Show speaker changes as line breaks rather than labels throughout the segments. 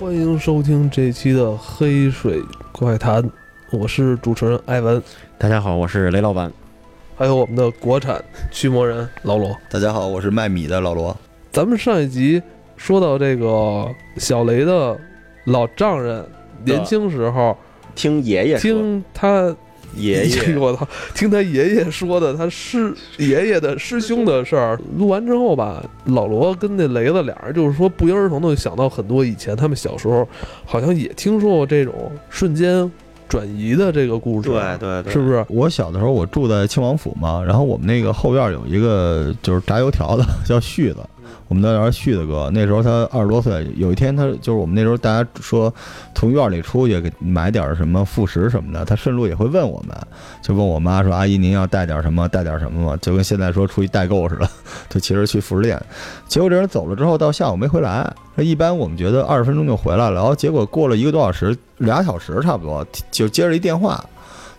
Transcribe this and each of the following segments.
欢迎收听这期的《黑水怪谈》，我是主持人艾文，
大家好，我是雷老板。
还有我们的国产驱魔人老罗。
大家好，我是卖米的老罗。
咱们上一集说到这个小雷的老丈人，年轻时候
听爷爷说，
听他
爷 爷
哎我操，听他爷爷说的他师爷爷的师兄的事儿。录完之后吧，老罗跟那雷子俩人就是说不约而同的想到很多以前他们小时候好像也听说过这种瞬间转移的这个故事，啊
对对对，
是不是？
我小的时候，我住在亲王府嘛，然后我们那个后院有一个就是炸油条的， 叫旭子，我们都叫他旭子哥。那时候他二十多岁，有一天他就是我们那时候大家说从院里出去给买点什么副食什么的，他顺路也会问我们，就问我妈说：“阿姨，您要带点什么？带点什么吗？”就跟现在说出去代购似的，就其实去副食店。结果这人走了之后，到下午没回来。那一般我们觉得二十分钟就回来了，然后结果过了一个多小时，俩小时差不多，就接着一电话。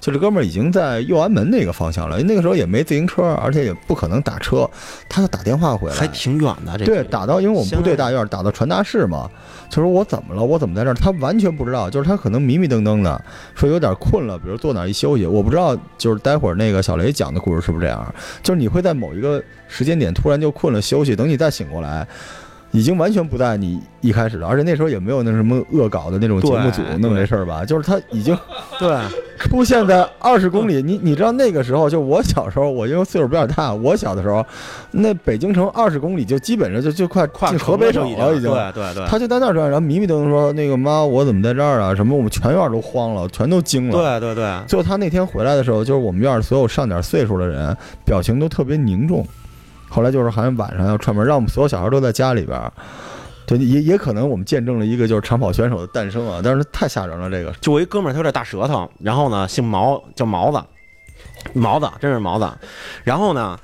就这哥们儿已经在右安门那个方向了，因为那个时候也没自行车，而且也不可能打车，他就打电话回来，
还挺远的这
对，打到因为我们部队
相当
大院打到传达室嘛，就说我怎么了，我怎么在这儿？他完全不知道，就是他可能迷迷瞪瞪的，说有点困了，比如坐哪儿一休息。我不知道，就是待会儿那个小雷讲的故事是不是这样？就是你会在某一个时间点突然就困了休息，等你再醒过来。已经完全不在你一开始了，而且那时候也没有那什么恶搞的那种节目组
对
弄这事儿吧，就是他已经
对
出现在二十公里，你你知道那个时候，就我小时候，我因为岁数比较大，我小的时候，那北京城二十公里就基本上就就快
跨
进河北省了，已经。
对对对，
他就在那儿转，然后迷迷瞪瞪说：“那个妈，我怎么在这儿啊？什么？我们全院都慌了，全都惊了。”
对对对，
最后他那天回来的时候，就是我们院儿所有上点岁数的人，表情都特别凝重。后来就是好像晚上要串门，让我们所有小孩都在家里边儿。对，也也可能我们见证了一个就是长跑选手的诞生啊，但是太吓人了，这个
就我一哥们儿，他有点大舌头，然后呢姓毛，叫毛子，毛子真是毛子。然后呢，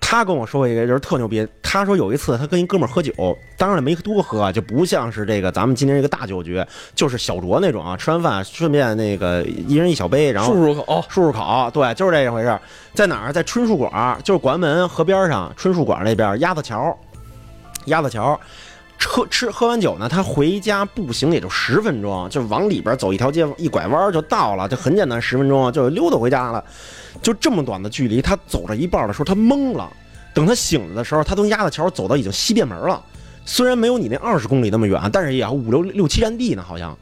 他跟我说过一个人特牛逼，他说有一次他跟一哥们儿喝酒，当然了没多喝啊，就不像是这个咱们今天这个大酒局，就是小酌那种啊，吃完饭顺便那个一人一小杯，然后
漱漱口，
漱漱口，对，就是这一回事儿。在哪儿？在春树馆儿，就是广安门河边儿上，春树馆儿那边儿鸭子桥，鸭子桥。喝吃喝完酒呢，他回家步行也就十分钟，就往里边走一条街，一拐弯就到了，就很简单，十分钟就溜达回家了。就这么短的距离，他走着一半的时候，他懵了。等他醒了的时候，他从鸭子桥走到已经西便门了。虽然没有你那二十公里那么远，但是也要五六六七站地呢，好像。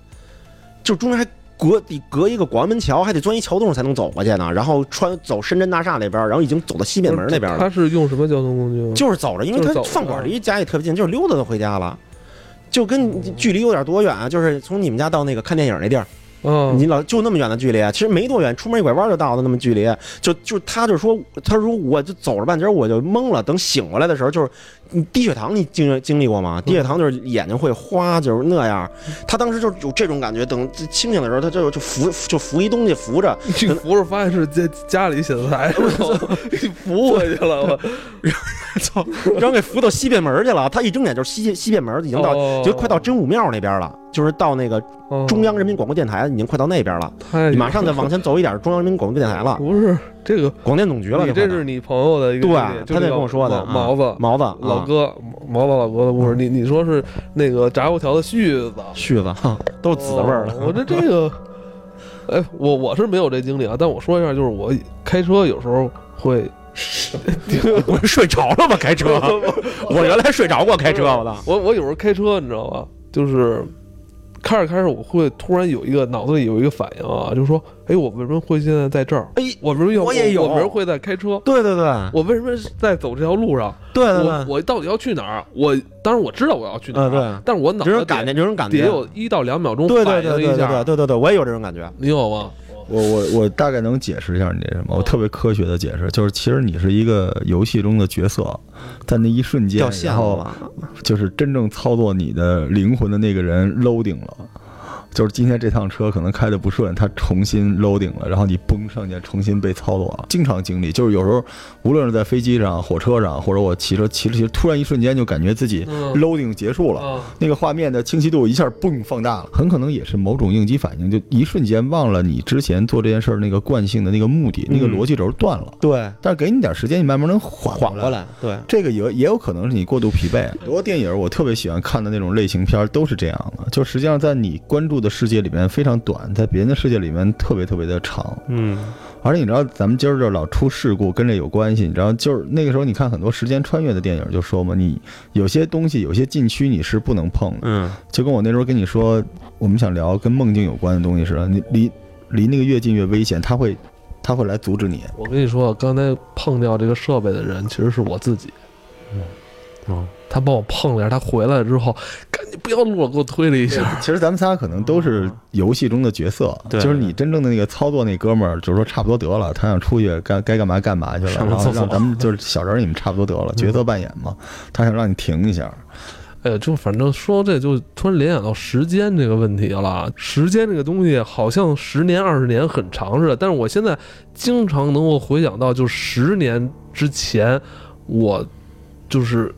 就中间还隔得隔一个广安门桥，还得钻一桥洞才能走过去呢。然后穿走深圳大厦那边，然后已经走到西便门那边了。
他是用什么交通工具吗？
就是走着，因为
就是
他
走着啊
饭馆离家也特别近，就是溜达就回家了。就
哦
跟距离有点多远啊？就是从你们家到那个看电影那地儿，
嗯，
你老就那么远的距离，啊其实没多远，出门一拐弯就到的那么距离。就就他就说，他说我就走着半截儿我就懵了，等醒过来的时候就是你低血糖，你经经历过
嗯
吗？低血糖就是眼睛会花，就是那样。他当时就是有这种感觉，等清醒的时候，他就就扶就扶一东西 扶着，
你扶着发现是家家里写字台， 然后 你扶回去了，我
操，然后给扶到西便门去了。他一睁眼就是西西便门，已经到
哦
就快到真武庙那边了，就是到那个
哦
中央人民广播电台，已经快到那边了，
太
你马上再往前走一点，中央人民广播电台了，
不是这个，
广电总局了。
你这是你朋友的一个
对
弟弟，就
他
那
那跟我说的啊
毛毛子
毛子嗯
老，哥毛毛子老哥的故事，你你说是那个炸油条的絮子，
絮子哈都是紫的味儿
哦我这这个，哎，我我是没有这经历啊，但我说一下，就是我开车有时候会
我是睡着了吧？开车，我原来睡着过开车，我操！
我我有时候开车，你知道吧，就是开着开着，我会突然有一个脑子里有一个反应啊，就是说，哎，我为什么会现在在这儿？
哎，
我为什么要
我也有
我为什么会在开车？
对对对
我为什么在走这条路上？
对对
我
对，
我到底要去哪儿？我当然我知道我要去哪儿，啊
嗯嗯对
但是我脑
这
子
种
得
感觉，这种感觉，
得有一到两秒钟
对对
反
对
应
对
一
对
下，
对对对，我也有这种感觉。
你有吗？
我我我大概能解释一下你这什么，我特别科学的解释，就是其实你是一个游戏中的角色，在那一瞬间
掉，线
然后
了，
就是真正操作你的灵魂的那个人 loading 了。就是今天这趟车可能开的不顺，它重新 loading 了，然后你嘣上去重新被操作，经常经历。就是有时候，无论是在飞机上、火车上，或者我骑车骑着骑着，突然一瞬间就感觉自己
嗯
loading 结束了，
啊，
那个画面的清晰度一下嘣放大了，很可能也是某种应激反应，就一瞬间忘了你之前做这件事儿那个惯性的那个目的，那个
嗯
逻辑轴断了。
对，
但是给你点时间，你慢慢能缓
缓
过
过
来。
来，对，
这个也也有可能是你过度疲惫。很多电影我特别喜欢看的那种类型片儿都是这样的，就实际上在你关注的世界里面非常短，在别人的世界里面特别特别的长。
嗯，
而且你知道，咱们今儿这老出事故跟这有关系。你知道，就是那个时候你看很多时间穿越的电影就说嘛，你有些东西有些禁区你是不能碰的。
嗯，
就跟我那时候跟你说，我们想聊跟梦境有关的东西似的，你离离那个越近越危险，他会他会来阻止你。
我跟你说，刚才碰掉这个设备的人其实是我自己，
哦，
他帮我碰了一下，他回来之后，赶紧不要录了，给我推了一下。
其实咱们仨可能都是游戏中的角色，
对
就是你真正的那个操作那哥们儿，就是说差不多得了，他想出去干该干嘛干嘛去了，
上个
然后
厕所
让咱们就是小人儿你们差不多得了，角色扮演嘛，他想让你停一下，
哎呀，就反正说这就突然联想到时间这个问题了。啊时间这个东西好像十年、二十年很长似的，但是我现在经常能够回想到，就十年之前，我就是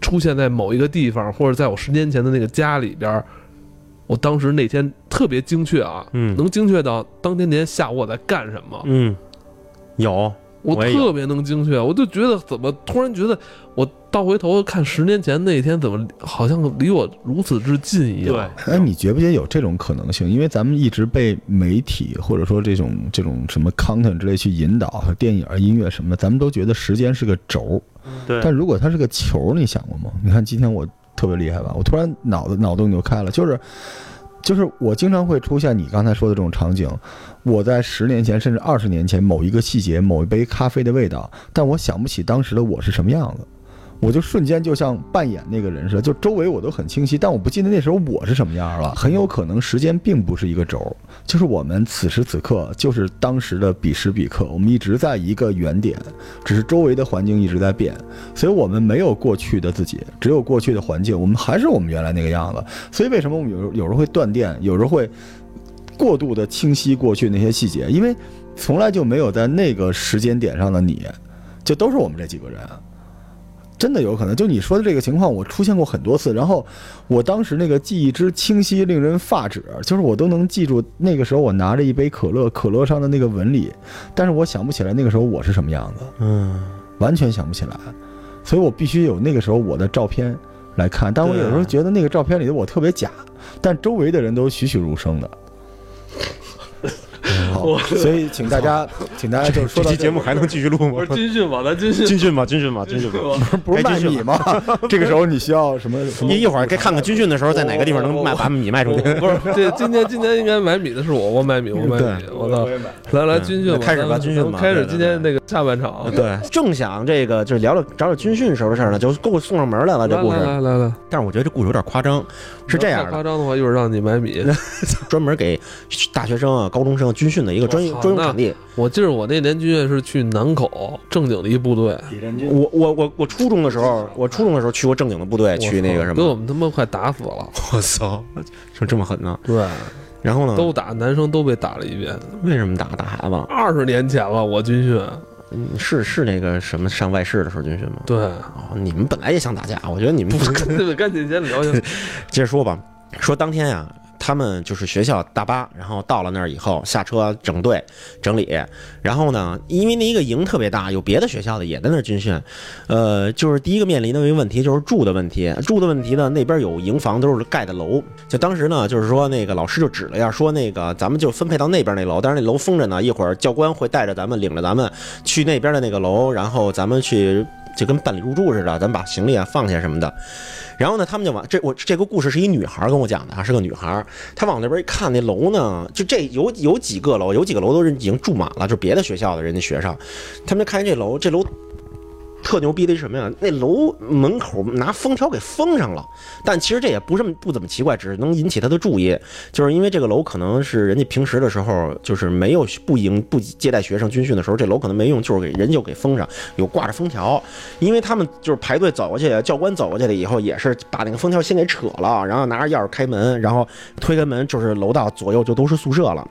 出现在某一个地方，或者在我十年前的那个家里边儿。我当时那天特别精确啊，
嗯
能精确到当天天下午我在干什么，
嗯，有，
我
我也有
特别能精确，我就觉得怎么突然觉得我倒回头看十年前那一天，怎么好像离我如此之近一
嗯
样。
哎，你觉不觉得有这种可能性？因为咱们一直被媒体或者说这种这种什么 content 之类去引导，电影、啊音乐什么的，咱们都觉得时间是个轴。
对
但如果它是个球，你想过吗？你看今天我特别厉害吧？我突然脑子脑洞就开了，就是就是我经常会出现你刚才说的这种场景。我在十年前甚至二十年前某一个细节、某一杯咖啡的味道，但我想不起当时的我是什么样子。我就瞬间就像扮演那个人似的，就周围我都很清晰，但我不记得那时候我是什么样了。很有可能时间并不是一个轴，就是我们此时此刻，就是当时的彼时彼刻，我们一直在一个原点，只是周围的环境一直在变，所以我们没有过去的自己，只有过去的环境，我们还是我们原来那个样子。所以为什么我们有时候有时候会断电，有时候会过度的清晰过去那些细节，因为从来就没有在那个时间点上的你，就都是我们这几个人。啊真的有可能，就你说的这个情况，我出现过很多次。然后我当时那个记忆之清晰，令人发指，就是我都能记住那个时候我拿着一杯可乐，可乐上的那个纹理，但是我想不起来那个时候我是什么样子，
嗯，
完全想不起来。所以我必须有那个时候我的照片来看，但我有时候
对
觉得那个照片里的我特别假，但周围的人都栩栩如生的。好，所以请大家，请大家就是说
这
到
期节目还能继续录
我
吗
是？军训吧，咱军训。
军训吧，军训吧，军训吧。
吧，
不是卖米 吗？这个时候你需要什么？什么
一一会儿该看看军训的时候在哪个地方能卖把米卖出
我
去。
不是，这今天今天应该买米的是我，我买米，我买米，我操！
也买。
来来
嗯
军训吧，
开始吧
咱们
军训吧
咱们开
对
始
对
今天那个下半场。
对，正想这个就是聊聊找找军训时候的事儿呢，就给我送上门来了啊这
来
故事。
来来来，
但是我觉得这故事有点夸张，是这
太
样的
夸，张的话，一会儿让你买米。
专门给大学生啊、高中生军训的一个专
我
用
操
专用场地。
我记得我那年军训是去南口正经的一部队，
我我我我初中的时候，我初中的时候去过正经的部队，去那个什
给我
么，
们他妈快打死了。
我操，就这么狠呢？
对，
然后呢？
都打，男生都被打了一遍。
为什么打打孩子？
二十年前了，我军训，
嗯是是那个什么上外事的时候军训吗？
对，
哦，你们本来也想打架，我觉得你们
不跟这个赶紧先聊一下。
接着说吧，说当天呀、他们就是学校大巴，然后到了那儿以后下车整队整理，然后呢，因为那一个营特别大，有别的学校的也在那儿军训，呃，就是第一个面临的一个问题就是住的问题，住的问题呢，那边有营房都是盖的楼，就当时呢，就是说那个老师就指了一下，说那个咱们就分配到那边那楼，但是那楼封着呢，一会儿教官会带着咱们领着咱们去那边的那个楼，然后咱们去。就跟办理入住似的，咱们把行李啊放下什么的，然后呢，他们就往这我这个故事是一女孩跟我讲的啊，是个女孩，她往那边一看，那楼呢，就这有有几个楼，有几个楼都是已经住满了，就别的学校的人家学生，他们就看见这楼，这楼特牛逼的是什么呀？那楼门口拿封条给封上了，但其实这也不这么不怎么奇怪，只是能引起他的注意，就是因为这个楼可能是人家平时的时候就是没有不迎不接待学生军训的时候，这楼可能没用，就是给人就给封上，有挂着封条，因为他们就是排队走过去，教官走过去了以后，也是把那个封条先给扯了，然后拿着钥匙开门，然后推开门就是楼道左右就都是宿舍了。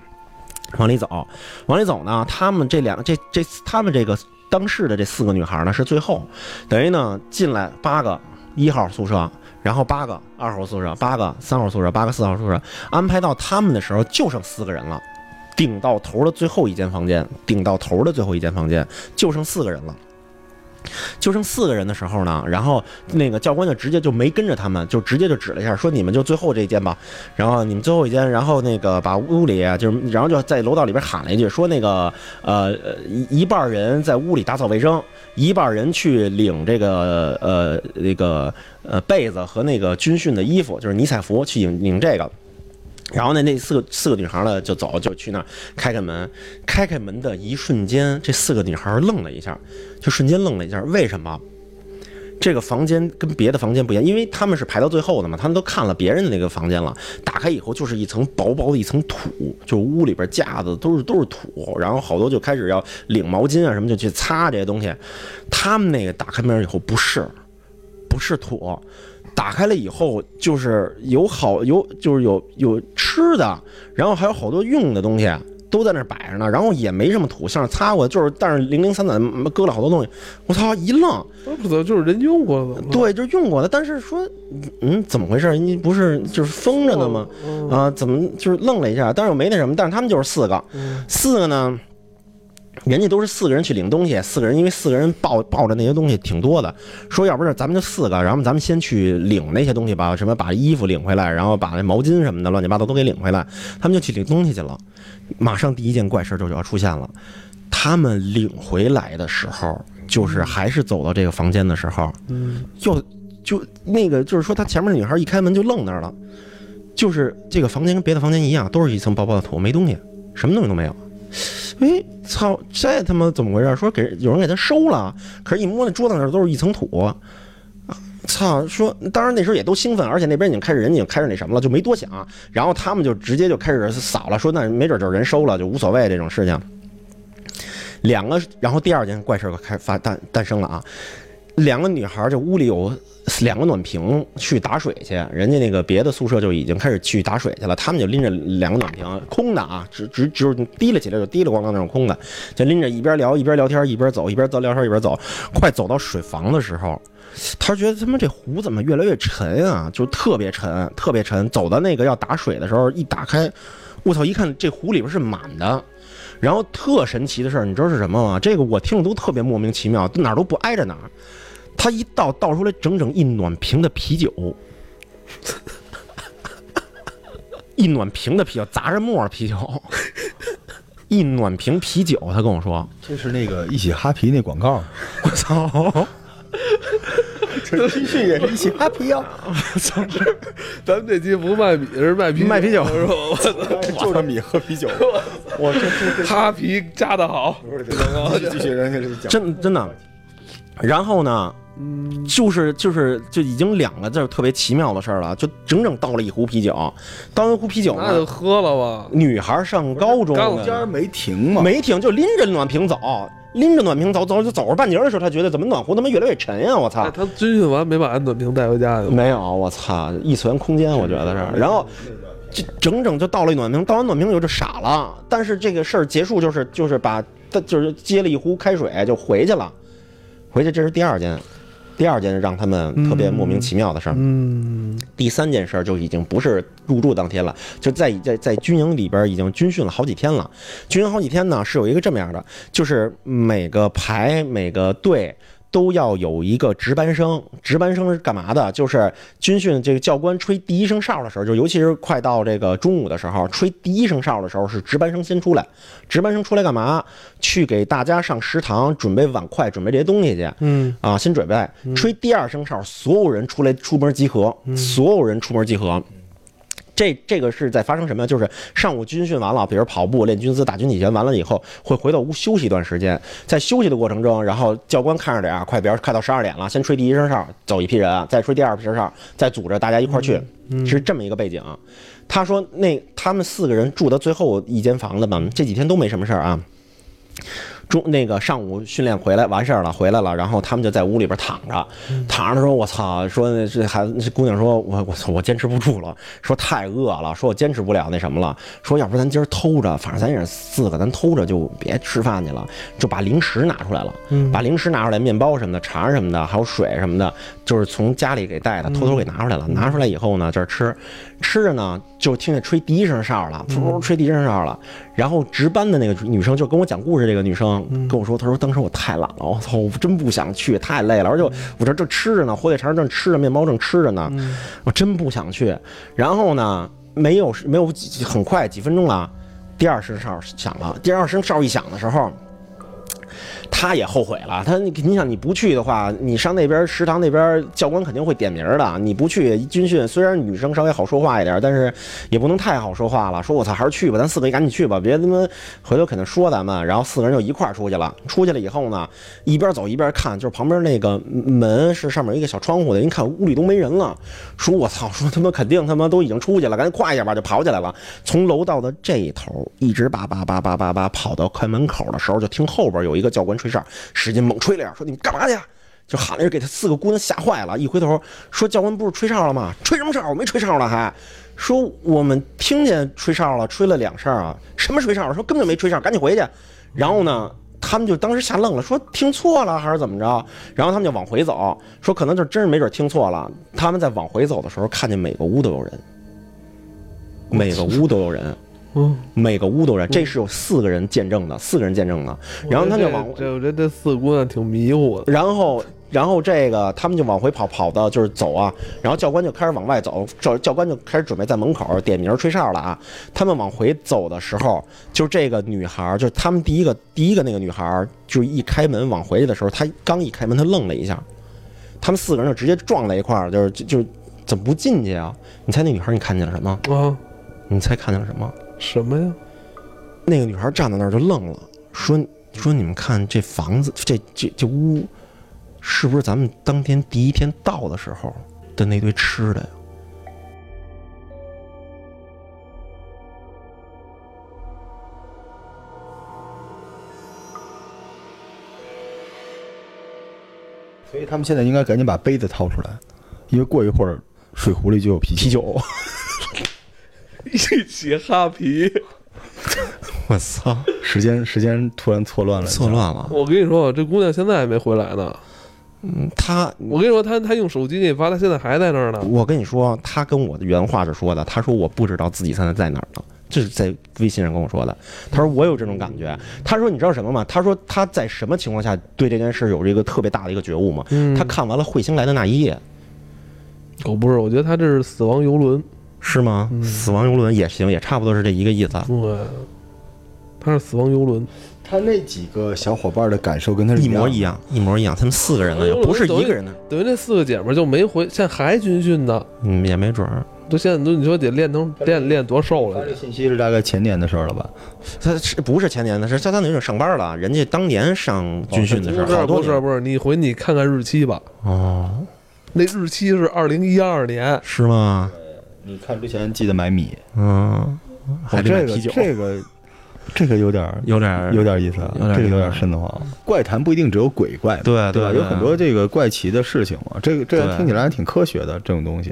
往里走，往里走呢，他们这两这这他们这个当事的这四个女孩呢是最后，等于呢进来八个一号宿舍，然后八个二号宿舍，八个三号宿舍，八个四号宿舍，安排到他们的时候就剩四个人了，顶到头的最后一间房间，顶到头的最后一间房间就剩四个人了。就剩四个人的时候呢，然后那个教官就直接就没跟着他们，就直接就指了一下，说你们就最后这一间吧，然后你们最后一间，然后那个把屋里啊就是，然后就在楼道里边喊了一句，说那个呃呃一一半人在屋里打扫卫生，一半人去领这个呃那个呃被子和那个军训的衣服，就是迷彩服去领领这个。然后呢，那四个四个女孩呢就走，就去那儿开开门，开开门的一瞬间，这四个女孩愣了一下，就瞬间愣了一下，为什么？这个房间跟别的房间不一样，因为他们是排到最后的嘛，他们都看了别人的那个房间了。打开以后就是一层薄薄的一层土，就屋里边架子都是都是土，然后好多就开始要领毛巾啊什么就去擦这些东西。他们那个打开门以后不是，不是土，打开了以后就是有好有就是有有吃的，然后还有好多用的东西。都在那儿摆着呢，然后也没什么土，像是擦过，就是但是零零散散嗯搁了好多东西。我操，一愣，
那不走就是人用过的吗，
对，就是用过的，但是说，嗯，怎么回事？你不是就是封着呢吗？
嗯？
啊，怎么就是愣了一下？但是我没那什么，但是他们就是四个，
嗯
四个呢，人家都是四个人去领东西，四个人因为四个人抱抱着那些东西挺多的，说要不是咱们就四个，然后咱们先去领那些东西吧，什么把衣服领回来，然后把那毛巾什么的乱七八糟都给领回来，他们就去领东西去了。马上第一件怪事就就要出现了，他们领回来的时候，就是还是走到这个房间的时候，
嗯，
就就那个就是说，他前面那女孩一开门就愣那儿了，就是这个房间跟别的房间一样，都是一层薄薄的土，没东西，什么东西都没有。哎，操！这他妈怎么回事？说给有人给他收了，可是一摸那桌子那儿都是一层土。啊操！说当然那时候也都兴奋，而且那边已经开始人家已经开始那什么了，就没多想。然后他们就直接就开始扫了，说那没准就是人收了，就无所谓这种事情。两个，然后第二件怪事儿开发诞诞生了啊！两个女孩儿，这屋里有两个暖瓶去打水去，人家那个别的宿舍就已经开始去打水去了，他们就拎着两个暖瓶，空的啊，只只只有提了起来就提了咣啷那种空的，就拎着一边聊一边聊天一边走一边走聊天一边走，快走到水房的时候，他觉得他妈这壶怎么越来越沉啊，就特别沉，特别沉。走到那个要打水的时候，一打开，我操，一看这壶里边是满的。然后特神奇的事儿，你知道是什么吗？这个我听着都特别莫名其妙，哪儿都不挨着哪儿。他一倒倒出来整整一暖瓶的啤酒， 一暖瓶的啤酒，砸着沫儿啤酒， 一暖瓶啤酒。他跟我说，
这是那个一起哈皮那广告，
我操！
这 T 恤也是一起哈皮哦，
咱们这期不卖米，是卖啤
卖啤酒
是吧？我 操
就着米喝啤酒， 我这这
哈皮扎的好，
不是这继续人家就讲
真真的。然后呢，就是就是就已经两个字儿特别奇妙的事儿了，就整整倒了一壶啤酒，倒一壶啤酒
那就
呢，
喝了吧。
女孩上高中
干了
呢，
没停嘛，
没停就拎着暖瓶走，拎着暖瓶走走就走着半截儿的时候，她觉得怎么暖壶他妈越来越沉呀、我操
哎，！他军训完没把安暖瓶带回家去吗？
没有，我操，异次元空间，我觉得是。然后就整整就倒了一暖瓶，倒完暖瓶以后就傻了。但是这个事儿结束就是就是把就是接了一壶开水就回去了，回去这是第二件，第二件让他们特别莫名其妙的事儿。
嗯，
第三件事儿就已经不是入住当天了，就在在在军营里边儿已经军训了好几天了。军营好几天呢，是有一个这么样的，就是每个排每个队。都要有一个值班生，值班生是干嘛的？就是军训这个教官吹第一声哨的时候，就尤其是快到这个中午的时候，吹第一声哨的时候是值班生先出来。值班生出来干嘛？去给大家上食堂准备碗筷，准备这些东西去。
嗯嗯
啊，先准备吹第二声哨，所有人出来出门集合，所有人出门集合。这这个是在发生什么？就是上午军训完了，比如跑步、练军姿、打军体拳完了以后，会回到屋休息一段时间。在休息的过程中，然后教官看着点儿，啊快，比如看到十二点了，先吹第一声哨，走一批人，再吹第二批哨，再组织大家一块儿去，是这么一个背景。他说那他们四个人住的最后一间房子嘛，这几天都没什么事儿啊。中那个上午训练回来完事儿了，回来了，然后他们就在屋里边躺着，躺着说：“我操！”说这孩子，这姑娘说：“我我操，我坚持不住了，说太饿了，说我坚持不了那什么了，说要不咱今儿偷着，反正咱也是四个，咱偷着就别吃饭去了，就把零食拿出来了，把零食拿出来，面包什么的，肠什么的，还有水什么的，就是从家里给带的，偷偷给拿出来了。拿出来以后呢，这儿吃，吃着呢就听见吹第一声哨了，噗噗吹第一声哨了。然后值班的那个女生就跟我讲故事，这个女生跟我说，她说当时我太懒了，我操，我真不想去，太累了，而且我我这正吃着呢，火腿肠正吃着，面包正吃着呢，我真不想去。然后呢，没有没有几很快几分钟了，第二声哨响了，第二声哨一响的时候。他也后悔了。他，你你想你不去的话，你上那边食堂那边教官肯定会点名的。你不去军训，虽然女生稍微好说话一点，但是也不能太好说话了。说我操，还是去吧，咱四个赶紧去吧，别他妈回头肯定说咱们。然后四个人就一块儿出去了。出去了以后呢，一边走一边看，就是旁边那个门是上面有一个小窗户的，一看屋里都没人了。说我操，说他妈肯定他妈都已经出去了，赶紧快一点吧，就跑起来了。从楼道的这一头一直叭叭叭叭叭叭跑到快门口的时候，就听后边有一个教官吹哨，使劲猛吹两下，说你们干嘛去？就喊了一声，给他四个姑娘吓坏了。一回头说教官不是吹哨了吗？吹什么哨？我没吹哨了还。说我们听见吹哨了，吹了两声啊，什么吹哨？说根本就没吹哨，赶紧回去。然后呢，他们就当时吓愣了，说听错了还是怎么着？然后他们就往回走，说可能就真是没准听错了。他们在往回走的时候，看见每个屋都有人，每个屋都有人，
嗯，
每个屋都有人。这是有四个人见证的，四个人见证的。然后他就往
我觉得这，这我觉得这四姑娘挺迷糊的，
然后，然后这个他们就往回跑，跑到就是走啊，然后教官就开始往外走，教教官就开始准备在门口点名吹哨了啊。他们往回走的时候，就这个女孩儿，就是他们第一个第一个那个女孩儿，就是一开门往回去的时候，她刚一开门，她愣了一下，他们四个人就直接撞在一块儿，就是就就怎么不进去啊？你猜那女孩儿你看见了什么？
啊，
你猜看见了什么？
什么呀？
那个女孩站在那儿就愣了，说：“说你们看这房子，这这这屋，是不是咱们当天第一天到的时候的那堆吃的呀？”
所以他们现在应该赶紧把杯子掏出来，因为过一会儿水壶里就有啤酒。
啤 酒，
一起哈皮。
我操，
时间时间突然错乱 了，
错。乱了。
我跟你说，啊这姑娘现在还没回来呢。
嗯他，
我跟你说，她她用手机给你发，她现在还在那儿呢。
我跟你说，他跟我的原话是说的，他说我不知道自己现在在哪儿呢。这是在微信上跟我说的。他说我有这种感觉。他说你知道什么吗？他说他在什么情况下对这件事有这个特别大的一个觉悟吗？
嗯
他看完了彗星来的那一夜，
我不是，我觉得她这是死亡游轮。
是吗？死亡游轮也行，也差不多是这一个意思。
对，她是死亡游轮。
他那几个小伙伴的感受跟他是
一模
样
一
的。
样，一模一样，他们四个人呢，也不是一个人呢，
等于那四个姐们儿就没回，现在还军训呢。
嗯，也没准儿。
都现在都你说得练成练练多瘦
他
了
这？信息是大概前年的事儿了吧？
他是不是前年的事？他他那种上班了，人家当年上军训的时
不
候，
是
好多
不是
年
不是，你回你看看日期吧。
哦，
那日期是二零一二年，
是吗？
你看之前记得买米，
嗯，还得买
哎这个
啤酒，
这个这个有点儿
有点儿
有点意思啊，
有点
这个有
意
点
思
瘆得慌。怪谈不一定只有鬼怪嘛，
对啊
对吧？
对
有很多这个怪奇的事情嘛，这个这
对啊
个听起来还挺科学的这种东西，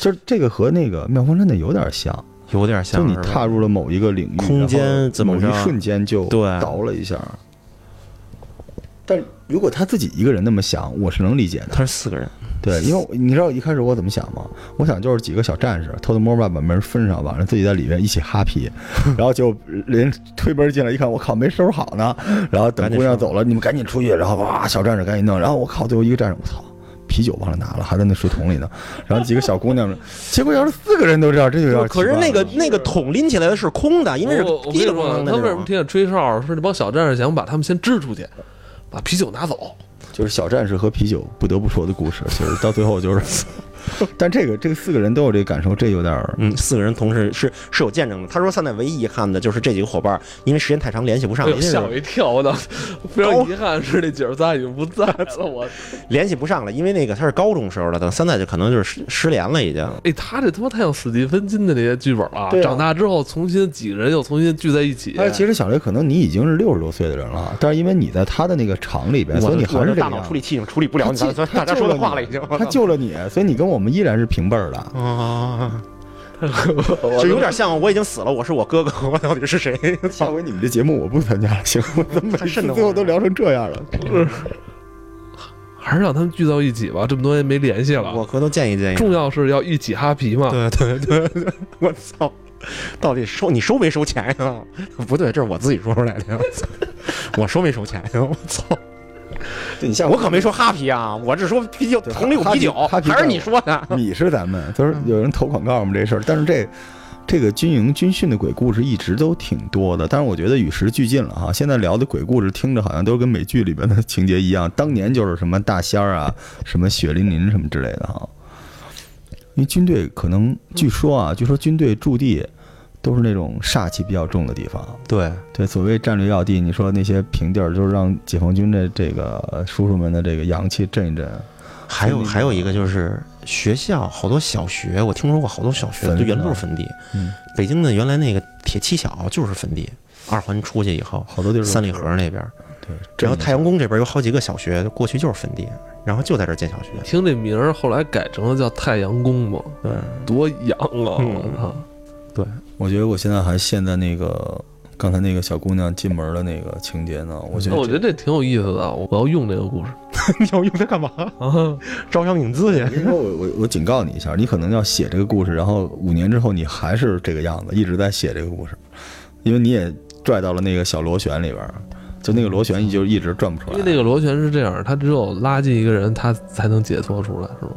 就是这个和那个妙峰山的有点像，
有点
就
像
你
是吧
踏入了某一个领域，
空
然后
间怎么
某
着
一瞬间就
对啊
倒了一下。但如果他自己一个人那么想，我是能理解的。
他是四个人，
对，因为我你知道一开始我怎么想吗？我想就是几个小战士偷偷摸摸把门封上，晚上自己在里面一起哈 皮，然后就人推门进来一看，我靠，没收拾好呢。然后等姑娘走了，你们赶紧出去，然后哇，小战士赶紧弄，然后我靠，最后一个战士，我操。啤酒忘了拿了，还在那水桶里呢。然后几个小 姑娘们，结果要是四个人都这样，这就有点
可是
奇怪
那个
了
那个桶拎起来的是空的，因为是
我我跟
滴
你
的
说他
咣，的
为
那
什么
种。
听见吹哨？是那帮小战士想把他们先支出去，把啤酒拿走。
啊
就是小战士和啤酒不得不说的故事，就是到最后就是 但这个这个四个人都有这个感受，这有点儿
嗯，四个人同时是是有见证的。他说现在唯一遗憾的就是这几个伙伴，因为时间太长联系不上
哎，呦，
联系
吓
不
我一跳！我操， 非常遗憾是那姐儿仨已经不在了。我，
联系不上了，因为那个他是高中时候的，等三代就可能就是失失联了已经。
哎，他这他妈太像史蒂芬金的那些剧本了。
对啊
长大之后，重新几个人又重新聚在一起。
哎，其实小雷，可能你已经是六十多岁的人了，但是因为你在他的那个厂里边，所以你
啊
还
我
是
的
这
大脑
个样
处
子。
理器已经处理不了你
他
了，
救
大
他
家
救
说
了
的
你
话了已经。
他 救了你，所以你跟我们依然是平辈儿的。
啊， 就有点像我已经死了，我是我哥哥，我到底是谁？
下回你们这节目我不参加了，行？我怎么
太
每次
瘆得
最后
慌
都
了
聊成这样了？
还是让他们聚到一起吧，这么多年没联系了。
我回头建议建议。
重要是要一起哈皮嘛。
对对对对， 我操！到底收你收没收钱呀？ 不对，这是我自己说出来的。我操！我收没收钱呀？我操！
对你 下
我可没说哈啤啊，我只说啤酒
对
同里有
哈
啤酒，
哈啤
还是你说的。
你是咱们，就是有人投广告嘛这事儿，但是这这个军营军训的鬼故事一直都挺多的，但是我觉得与时俱进了哈。现在聊的鬼故事听着好像都跟美剧里边的情节一样，当年就是什么大仙儿啊，什么血淋淋什么之类的哈。因为军队可能据说啊，据说军队驻地都是那种煞气比较重的地方。
对，
对，所谓战略要地，你说那些平地儿，就是让解放军的这个呃叔叔们的这个阳气振一振。
还有还有一个就是学校，好多小学，我听说过好多小学
坟
就原
是
都
吧
是坟地。
嗯，
北京的原来那个铁七小就是坟地，二环出去以后，
好多地儿都
三里河那边，
对，
然后
正
太阳宫这边有好几个小学，过去就是坟地，然后就在这儿建小学。
听这名儿，后来改成了叫太阳宫嘛，
对
多洋啊！我
嗯
操，
对，
我觉得我现在还陷在那个刚才那个小姑娘进门的那个情节呢。我觉
那
得
我觉
这
得这挺有意思的啊，我我要用这个故事
你要用它干嘛？
啊。
招商引资
我
去？
跟你说，我我我警告你一下，你可能要写这个故事，然后五年之后你还是这个样子，一直在写这个故事，因为你也拽到了那个小螺旋里边儿，就那个螺旋就一直转不出
因为那
来。
个螺旋是这样，它只有拉近一个人，它才能解脱出来，是吗？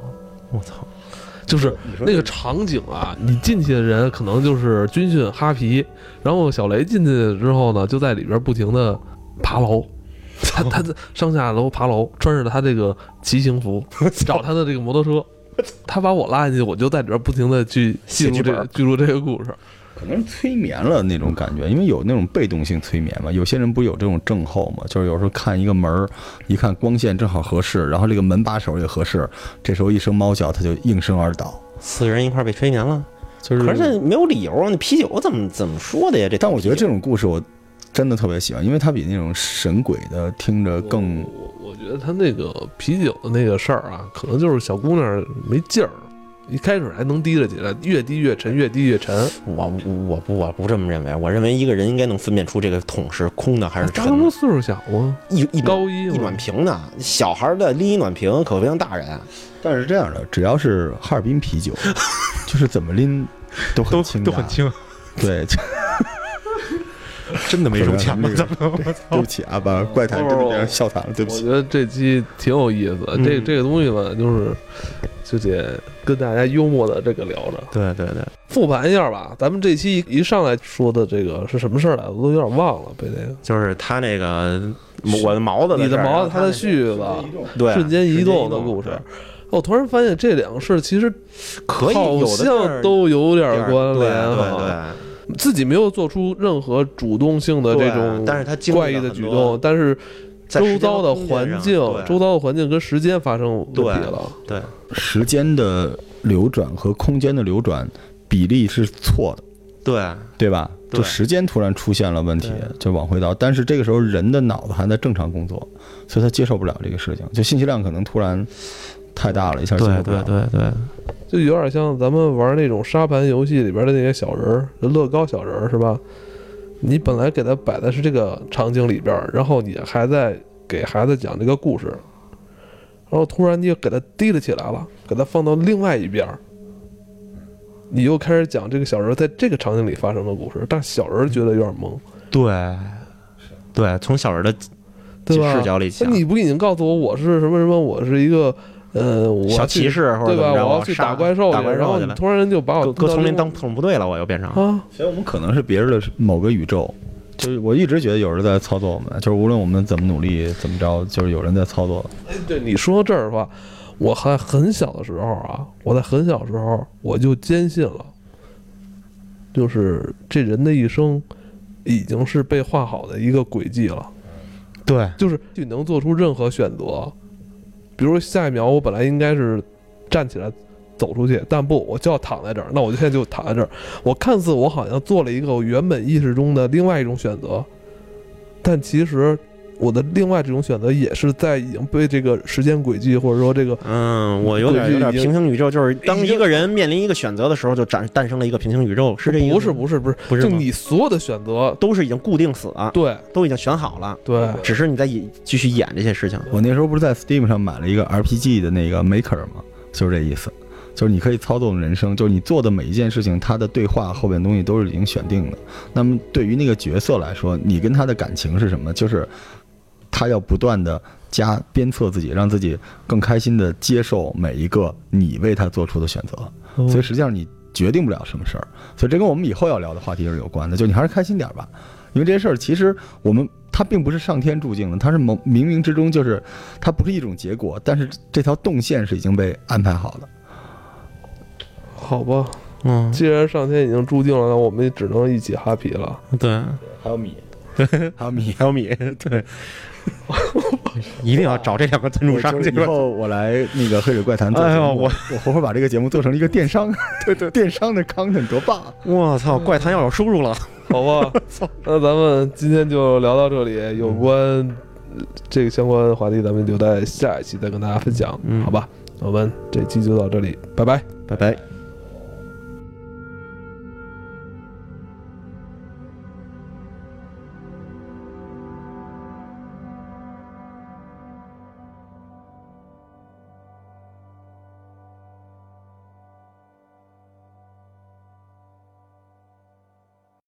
我操！
就是
你说
那个场景啊，你进去的人可能就是军训哈皮，然后小雷进去之后呢，就在里边不停的爬楼，他他上下楼爬楼，穿着他这个骑行 服，找他的这个摩托车，他把我拉进去，我就在里边不停的去记
写
录
剧
这
本
个记录这个故事。
可能是催眠了那种感觉，因为有那种被动性催眠嘛。有些人不是有这种症候嘛，就是有时候看一个门儿，一看光线正好合适，然后这个门把手也合适，这时候一声猫叫，它就应声而倒。
四个人一块儿被催眠了，
就是，
可是这没有理由啊！那啤酒怎么怎么说的呀？这
哎但我觉得这种故事我真的特别喜欢，因为它比那种神鬼的听着更
嗯
我我我觉得他那个啤酒的那个事儿啊，可能就是小姑娘没劲儿，一开始还能提着起来，越低越沉，越低越沉。
我我不我不这么认为，我认为一个人应该能分辨出这个桶是空的还是
他
沉
他妈
的。
岁数小吗？
一一暖
高一
一
吗
暖？瓶的，小孩的拎一暖瓶可不像大人，
但是这样的，只要是哈尔滨啤酒，就是怎么拎都很清 淡，
轻，啊
对，
真的没
收
收
钱
钱
吗
吗？
咱
怎么我
对
操
不！起啊，把怪谈真的变成笑谈了，对不
我
起
觉。得这期挺有意思的，这
嗯
这个东西吧，就是就得跟大家幽默的这个聊着，
对啊对对，
复盘一下吧。咱们这期一一上来说的这个是什么事儿来着，我都有点忘了，被这个
就是他那个我的毛子，
你的毛他
他
的絮子，
对啊
瞬间移动的故事
对。
我突然发现这两个事儿其实
可以
好
有的地儿
像都有点
有点
关联
对对
啊，
对。
自己没有做出任何主动性的这
对
种
但是他经历了
怪异的
很多
举动，但是
在
啊周
时间
遭的
和空间
环
上
境，
对
周遭的环境跟时间发生问题
对
了。
对
时间的流转和空间的流转比例是错的，
对
对吧？
对
就时间突然出现了问题
对，
就往回倒。但是这个时候人的脑子还在正常工作，所以他接受不了这个事情，就信息量可能突然太大了，一下接受不了。
对对，
就有点像咱们玩那种沙盘游戏里边的那些小人儿，乐高小人儿是吧？你本来给他摆的是这个场景里边儿，然后你还在给孩子讲这个故事，然后突然你又给他提了起来了，给他放到另外一边儿，你又开始讲这个小人儿在这个场景里发生的故事，但小人儿觉得有点懵，
嗯对对，从小人的
对吧？
视角里
那
讲，
你不已经告诉我我是什么什么？我是一个呃，我
小
要去
骑士或者
对
怎
吧？
么
我
着，
要去
杀
打怪兽
打
去，
怪
然后
兽去
你
了，
突然就把我推
搁搁
到
丛林
另
当特种部队了，我又变成。
啊，
所以我们可能是别人的某个宇宙，就是我一直觉得有人在操作我们，就是无论我们怎么努力怎么着，就是有人在操作。
对，你说到这儿的话，我还很小的时候啊，我在很小的时候我就坚信了，就是这人的一生已经是被画好的一个轨迹了，
对，
就是你能做出任何选择，比如下一秒我本来应该是站起来走出去，但不，我就要躺在这儿，那我就现在就躺在这儿。我看似我好像做了一个我原本意识中的另外一种选择，但其实我的另外这种选择也是在已经被这个时间轨迹或者说这个
嗯，我有点有点平行宇宙，就是当一个人面临一个选择的时候，就展诞生了一个平行宇宙，是这意思吗？
不是不是不是，
不是
就
吗
你所有的选择，
都是已经固定死了，
对
都已经选好了，
对，
只是你在演继续演这些事情。
我那时候不是在 Steam 上买了一个 RPG 的那个 Maker 吗？就是这意思，就是你可以操纵人生，就是你做的每一件事情，它的对话后边东西都是已经选定的。那么对于那个角色来说，你跟他的感情是什么？就是他要不断的加鞭策自己，让自己更开心的接受每一个你为他做出的选择。
哦
所以实际上你决定不了什么事儿，所以这跟我们以后要聊的话题是有关的。就你还是开心点儿吧，因为这些事儿其实我们它并不是上天注定的，它是冥冥冥之中就是它不是一种结果，但是这条动线是已经被安排好的。
好吧，
嗯，
既然上天已经注定了，那我们也只能一起哈皮了。
对，
还有 米，还有米。
还有嗯米， 对，一定要找这两个赞助商
就是
去
以。后我来那个《黑水怪谈》做
哎
节
呦
目，
我
我活活把这个节目做成了一个电商，对对，电商的 content 多棒啊！
我操，怪谈要有收入了。
好吧，那咱们今天就聊到这里，有关呃这个相关话题，咱们留在下一期再跟大家分享，
嗯
好吧？我们这期就到这里，拜拜。
拜拜。